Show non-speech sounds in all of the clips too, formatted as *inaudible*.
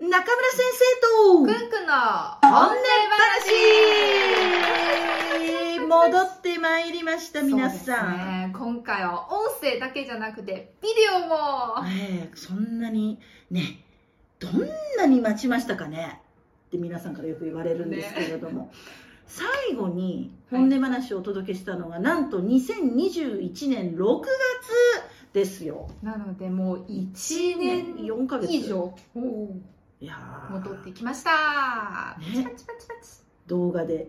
中村先生とクックの本本音音話戻ってまいりました皆さん、ん、今回は音声だけじゃなくてビデオもええそんなにねどんなに待ちましたかねって皆さんからよく言われるんですけれども、最後に本音話をお届けしたのが、なんと2021年6月ですよなのでもう1年4ヶ月以上いやー戻ってきました、ねパチパチパチ動画で。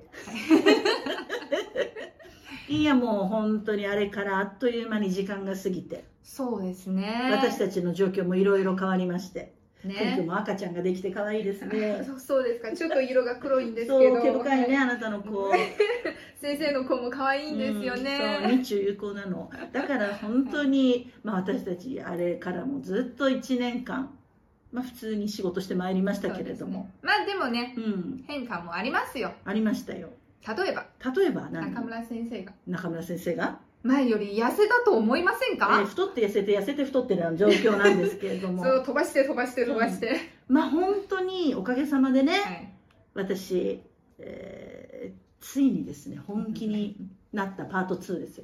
いやもう本当にあれからあっという間に時間が過ぎて、そうですね私たちの状況もいろいろ変わりまして、くんくんね。も赤ちゃんができて可愛いですねそうそうですかちょっと色が黒いんですけそどう、毛深いね、あなたの子。先生の子も可愛いんですようんそう、ね、日中有効なの。だから本当に、まあ私たちあれからもずっと1年間、まあ普通に仕事してまいりましたけれども、そうですねまあでもねうん、変化もありますよありましたよ。例えば例えば何中村先生が中村先生が前より痩せたと思いませえんーか、太って痩せて痩せて太ってな状況なんですけれどもそう飛ばして飛ばして飛ばして、まあ本当におかげさまでね、はい私、えーついにですね本気になったパート2ですよ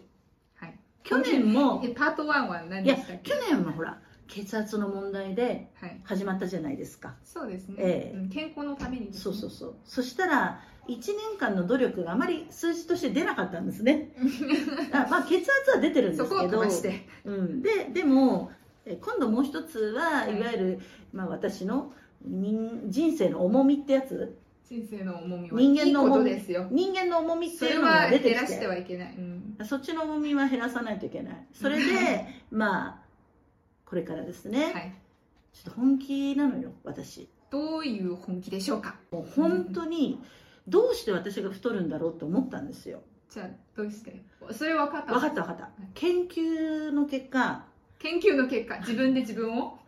はい去年もえパート1は何いでやしたっけ去年はほら血圧の問題ではい、始まったじゃないですかそうですね、ええうん健康のためにですそね、うそうそうそしたら1年間の努力があまり数字として出なかったんです *laughs* ねあまあ血圧は出てるんですけそどこを飛ばしてうん、ででもえ今度もう一つははいいわゆる、まあ、私の人人生の重みってやつ人生の重みは人間の重みいいことですよ人間の重みってそいれうのがは出て減きらてしてはいけない、うんそっちの重みは減らさないといけないそれで *laughs* まあこれからですね、はい、ちょっと本気なのよ私どういう本気でしょうかもう本当にどうして私が太るんだろうと思ったんですよじゃあどうしてそれ分かった分かった分かった研究の結果研究の結果自分で自分を、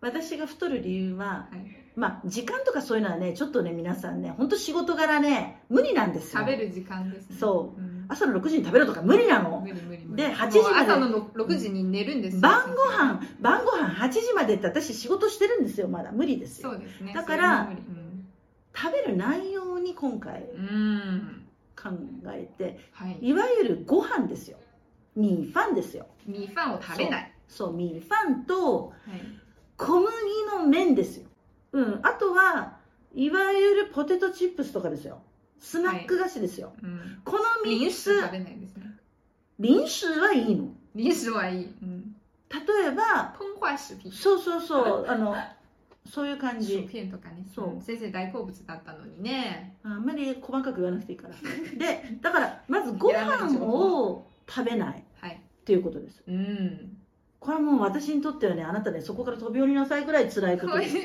私が太る理由ははい、まあ時間とかそういうのはねちょっとね皆さんね本当仕事柄ね無理なんですよ食べる時間ですね、そうん朝の6時に食べるとか無理なの無理無理無理で8時までもう朝の6時に寝るんですよ晩ご飯晩ご飯8時までって私仕事してるんですよまだ無理ですそようですねだからそれは無理食べる内容に今回うん、うん考えてはいいわゆるご飯ですよミーファンですよミーファンを食べない、そうミーファンとはい小麦の麺ですようんあとはいわゆるポテトチップスとかですよスナック菓子ですよ、うん、この飲3酒つ食べないですね臨酒はいいの飲酒はいい、うん、例えば膨化食品そうそうそうあのそういう感じ食品とかねそうん先生大好物だったのにねあんまり細かく言わなくていい *laughs* からでだからまずごいらない飯情報を食べないっはいていうことですうんこれはもう私にとってはねあなたねそこから飛び降りなさいぐらい辛いことこうでいすう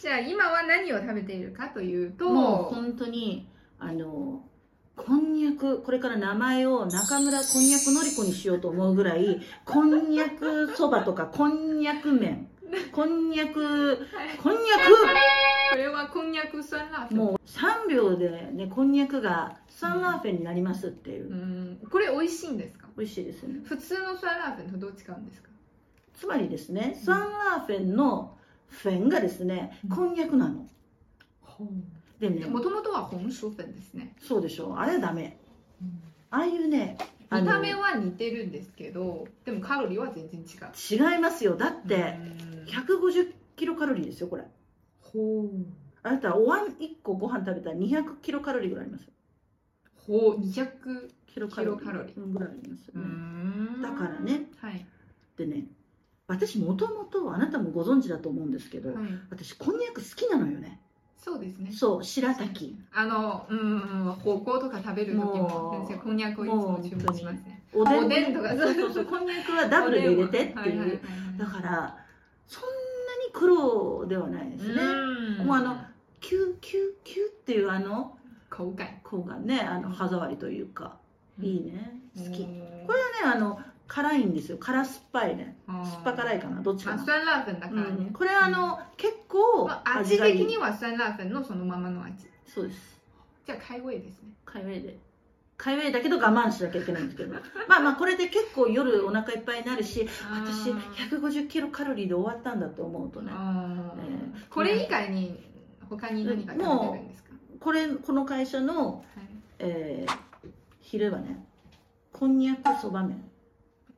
じゃあ今は何を食べているかというともう本当にあのこんにゃくこれから名前を中村こんにゃくのりこにしようと思うぐらいこんにゃくそばとかこんにゃく麺こんにゃくはいこんにこれはこんにゃくサンラゃくーメンもう3秒でねこんにゃくがサンラーフェンになりますっていう、うんこれ美味しいんですか美味しいですよね普通のサンラーメンとどう違うんですかつまりですね、うんサンラーフェンのフェンがですねう、んこんにゃくなの。でね、もともとは本州粉ですね、そうでしょう、あれはダメ。ああいうね、あ見のた目は似てるんですけどでもカロリーは全然違う違いますよ。だって、うん150キロカロリーですよ、これ。ほうあなた、お椀1個ご飯食べたら200キロカロリーぐらいありますよ。ほう200キロカロリー。キロカロリうんぐらいありますよね。だだからね、はいでね、私もともとあなたもご存知だと思うんですけど、はい、私こんにゃく好きなのよね。そうですねそう、白滝。あのうんうん方向とか食べる時ももう先生こんにゃくをいつも注文しますねおおでんとかそうそうそう、こんにゃくはダブルで入れてっていう。はいはいはいだからそんなに苦労ではないですね。うんもうあのキューキューキューっていうあの後悔子がねあの歯触りというかいいね好き。ここれはねあの辛いんですよ辛酸っぱいねれ酸っぱ辛いかなどっちかまあな。サンラーフェンだからうねん、これはあの、結構まあ味味がい的い、にはサンラーフェンのそのままの味そうですじゃあ介護絵ですね海外でかゆいだけど我慢しなきゃいけないんですけ *laughs* どまあまあこれで結構夜お腹いっぱいになるし私150キロカロリーで終わったんだと思うとねあーえーこれ以外に他に何か食べてるんですか、これこの会社の、はいえー昼はねこんにゃくそば麺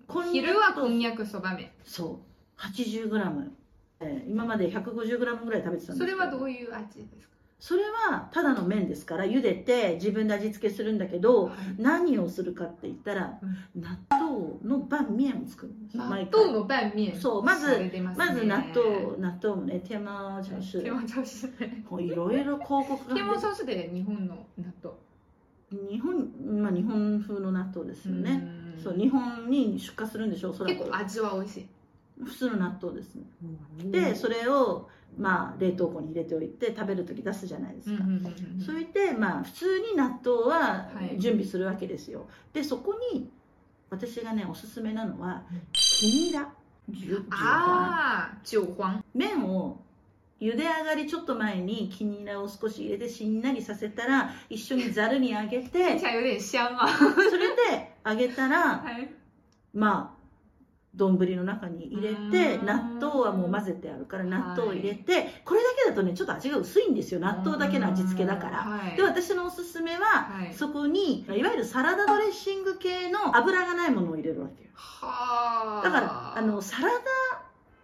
こんにゃく昼はこんにゃくそば麺そう8 0ムえー今まで1 5 0ムぐらい食べてたんですけどそれはどういう味ですかそれはただの麺ですから茹でて自分で味付けするんだけど何をするかって言ったら納豆の拌麺を作るんです納毎回豆の拌面そうまずされてすねまず納豆納豆もね手間調子ケモンソースケもういろいろ広告が出てモンソースで日本の納豆日本まあ日本風の納豆ですよねうんそう日本に出荷するんでしょうおそら結く構味は美味しい普通の納豆ですねでそれをまあ冷凍庫に入れておいて食べる時出すじゃないですか、そいれでまあ普通に納豆ははい準備するわけですよ、でそこに私がねおすすめなのは黄ニラああー黄黄麺を茹で上がりちょっと前に黄ニラを少し入れてしんなりさせたら一緒にざるにあげ听て起 *laughs* 来有点香啊それであげたらはいまあ丼の中に入れてうん納豆はもう混ぜてあるから納豆を入れてこれだけだとねちょっと味が薄いんですよ納豆だけの味付けだからはいで私のおすすめははいそこにいわゆるサラダドレッシング系の油がないものを入れるわけよはあだからあのサラダ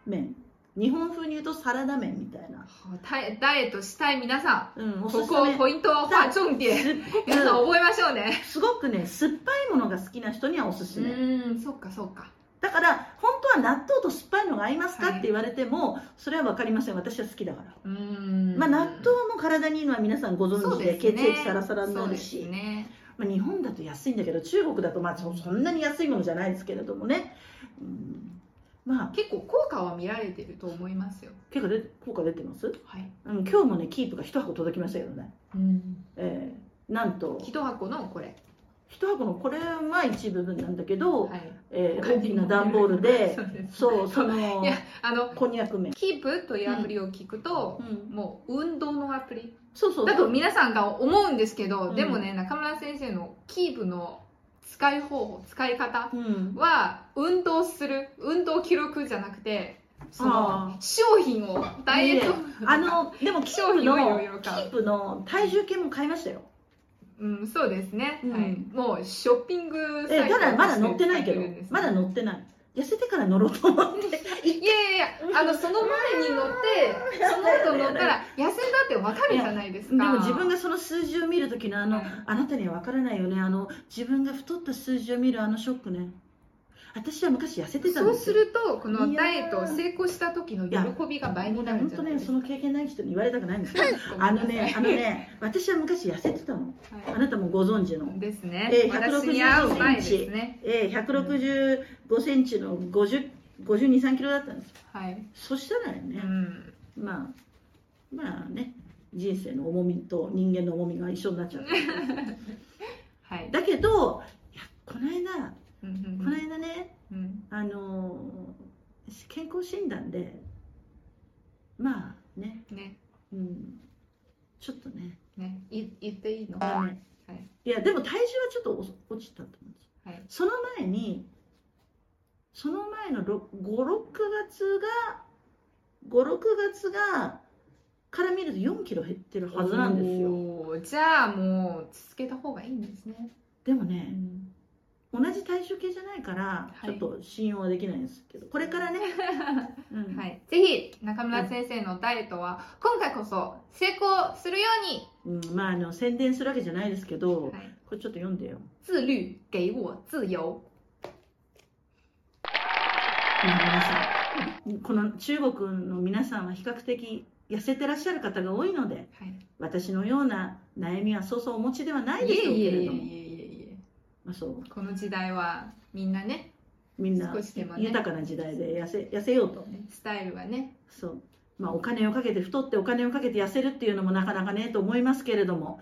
麺日本風に言うとサラダ麺みたいな、ダイダイエットしたい皆さうん、んおこすすこめポイントは重点すっごく皆さん覚えましょうねすごくね酸っぱいものが好きな人にはおすすめ、うんそっかそっかだから本当は納豆と酸っぱいのが合いますかはいって言われても、それは分かりません私は好きだから、うんまあ、納豆も体にいいのは皆さんご存知で血液サラサラになるそうし、ですねまあ、日本だと安いんだけど中国だとまあそそんなに安いものじゃないですけれどもね、うん、まあ結構効果は見られてると思いますよ。結構で効果出てます、はい。うん、今日もねキープが一箱届きましたけどね、うん。えーなんと一箱のこれ。一箱のこれは一部分なんだけど、はい。えー大きな段ボールで *laughs* そうですそうそのいやあのこんにゃく麺、キープというアプリを聞くと、うん、もう運動のアプリそうそうだと皆さんが思うんですけど、うんでもね中村先生のキープの使い方法使い方うん、は運動する運動記録じゃなくてそあの商品をダイエットあのでもキープの商品をいキろいろ買うープの体重計も買いましたよ *laughs* うん、そうですね、うんはい、もうショッピングえサイトただまだ乗ってないけどとして使ってるんですまだ乗ってない痩せてから乗ろうと思っていやいやいやあのその前に *laughs* 乗ってその後乗ったら痩せたってわかるじゃないですかでも自分がその数字を見るときのあの、はいあなたには分からないよねあの自分が太った数字を見るあのショックね私は昔痩せてたんそでうすすよるとこのダイエットを成功した時の喜びが倍になるん本じゃ当ないでねすそかの経験ない人に言われたくないんですよごめんなあのさいねあのね私は昔痩せてたのあなたもご存知のはい、ですね、えー私に合う前ですねえ1 6 5ンチの5 0 5 2 3キロだったんですよはい、そしたらうね、ん、まあまあね人生の重みと人間の重みが一緒になっちゃ *laughs* ったはい、だけどいやこの間うんうんうこんの間ねうんあのー健康診断でまあね、ねうん、ちょっとねねい言っていいのダはメいやでも体重はちょっと落落ちたと思うんです、はいその前にその前の56月が56月がから見ると4キロ減ってるはずなんですよよじゃあもう続けた方がいいんですね、でもうねん同じ体重計じゃないからはちいょっと信用はできないんですけど、これから *laughs* ね、うんはい、ぜひ中村先生のダイエットは今回こそ成功するように、うん、まああの宣伝するわけじゃないですけど、はい、これちょっと読んでよ。自律给我自由皆さんこの中国の皆さんは比較的痩せてらっしゃる方が多いのではい私のような悩みはそうそうお持ちではないでいしえょういけえいえれいえどもいえいまあそうえこの時代はみんなねみんな少しでもね豊かな時代で痩せ痩せようとスタイルがねそう、まあ、お金をかけて太ってお金をかけて痩せるっていうのもなかなかねと思いますけれども、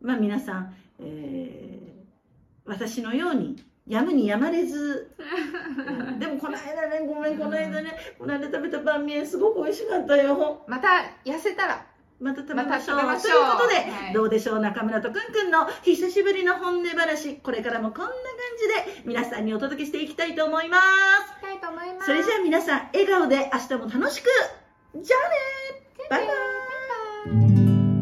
まあ、皆さん、えー私のようにやむにやまれずうんでもこの間ねごめんこの間ねこの間食べた拌麺すごく美味しかったよまた痩せたらまた食べましょう,、まとた食べまいしょううことで、はいどうでしょう中村とくんくんの久しぶりの本音話これからもこんな感じで皆さんにお届けしていきたいと思いま行きたいと思いますすそれじゃあ皆さん笑顔で明日も楽しくじゃあねバイバイバイバイ